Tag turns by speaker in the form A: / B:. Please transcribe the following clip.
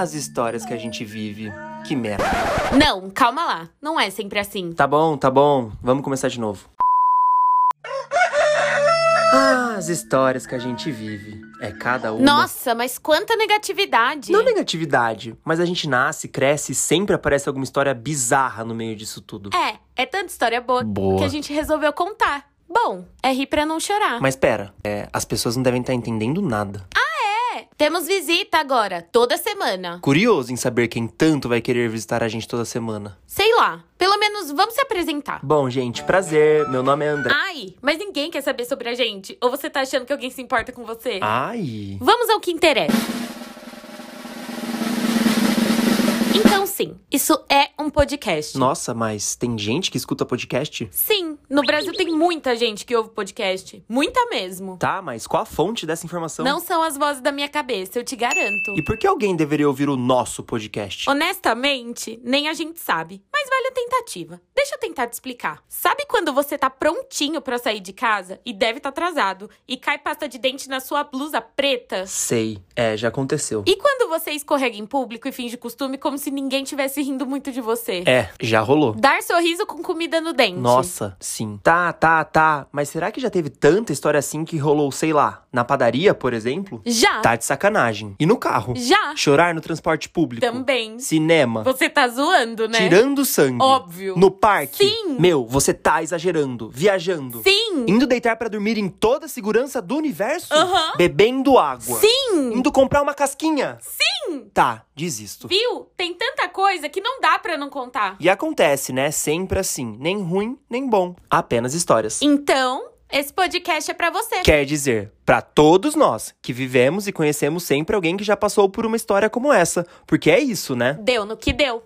A: as histórias que a gente vive. Que merda.
B: Não, calma lá. Não é sempre assim.
A: Tá bom, tá bom. Vamos começar de novo. Ah, as histórias que a gente vive. É cada uma.
B: Nossa, mas quanta negatividade.
A: Não negatividade, mas a gente nasce, cresce e sempre aparece alguma história bizarra no meio disso tudo.
B: É, é tanta história boa,
A: Boa.
B: que a gente resolveu contar. Bom, é rir pra não chorar.
A: Mas pera, é, as pessoas não devem estar entendendo nada.
B: É, temos visita agora, toda semana.
A: Curioso em saber quem tanto vai querer visitar a gente toda semana.
B: Sei lá, pelo menos vamos se apresentar.
A: Bom, gente, prazer. Meu nome é André.
B: Ai, mas ninguém quer saber sobre a gente. Ou você tá achando que alguém se importa com você?
A: Ah. Ai.
B: Vamos ao que interessa. Então, sim, isso é um podcast.
A: Nossa, mas tem gente que escuta podcast?
B: Sim, no Brasil tem muita gente que ouve podcast. Muita mesmo.
A: Tá, mas qual a fonte dessa informação?
B: Não são as vozes da minha cabeça, eu te garanto.
A: Então E por que alguém deveria ouvir o nosso podcast?
B: Honestamente, nem a gente sabe. Mas vale a tentativa. Deixa eu tentar te explicar. Sabe quando você tá prontinho pra sair de casa e deve estar atrasado e cai pasta de dente na sua blusa preta?
A: Sei, é, já aconteceu.
B: E quando você escorrega em público e finge costume como se ninguém tivesse rindo muito de você?
A: É, já rolou.
B: Dar sorriso com comida no dente.
A: Nossa, sim. Tá, tá, tá. Mas será que já teve tanta história assim que rolou, sei lá, na padaria, por exemplo?
B: Já.
A: Tá de sacanagem. E no carro?
B: Já.
A: Chorar no transporte público?
B: Também.
A: Cinema?
B: Você tá zoando, né?
A: Tirando sangue?
B: Óbvio.
A: No parque?
B: Sim.
A: Meu, você tá exagerando. Viajando?
B: Sim.
A: Indo deitar pra dormir em toda a segurança do universo?
B: Aham.
A: Bebendo água?
B: Sim.
A: Indo comprar uma casquinha?
B: Sim.
A: Tá, desisto.
B: Viu? Tem tanta coisa que não dá pra não contar.
A: E acontece, né? Sempre assim. Nem ruim, nem bom. Apenas histórias.
B: Então, esse podcast é pra você.
A: Quer dizer, pra todos nós que vivemos e conhecemos sempre alguém que já passou por uma história como essa, porque é isso, né?
B: Deu no que deu.